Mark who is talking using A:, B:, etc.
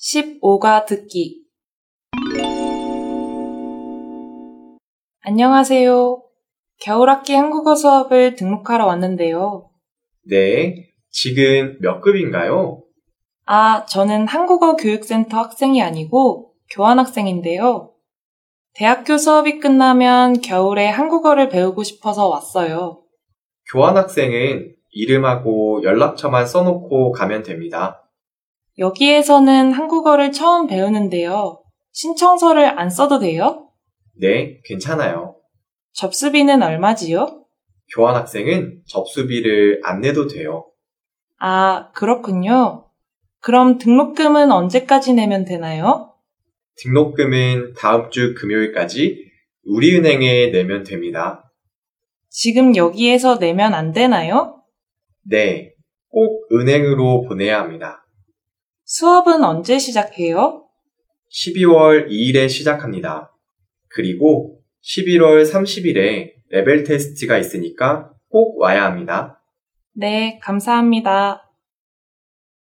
A: 15가 듣기. 안녕하세요. 겨울학기 한국어 수업을 등록하러 왔는데요.
B: 네, 지금 몇 급인가요?
A: 아, 저는 한국어 교육센터 학생이 아니고 교환학생인데요. 대학교 수업이 끝나면 겨울에 한국어를 배우고 싶어서 왔어요.
B: 교환학생은 이름하고 연락처만 써놓고 가면 됩니다.
A: 여기에서는 한국어를 처음 배우는데요. 신청서를 안 써도 돼요?
B: 네, 괜찮아요.
A: 접수비는 얼마지요?
B: 교환학생은 접수비를 안 내도 돼요.
A: 아, 그렇군요. 그럼 등록금은 언제까지 내면 되나요?
B: 등록금은 다음 주 금요일까지 우리은행에 내면 됩니다.
A: 지금 여기에서 내면 안 되나요?
B: 네, 꼭 은행으로 보내야 합니다.
A: 수업은 언제 시작해요?
B: 12월 2일에 시작합니다. 그리고 11월 30일에 레벨 테스트가 있으니까 꼭 와야 합니다.
A: 네, 감사합니다.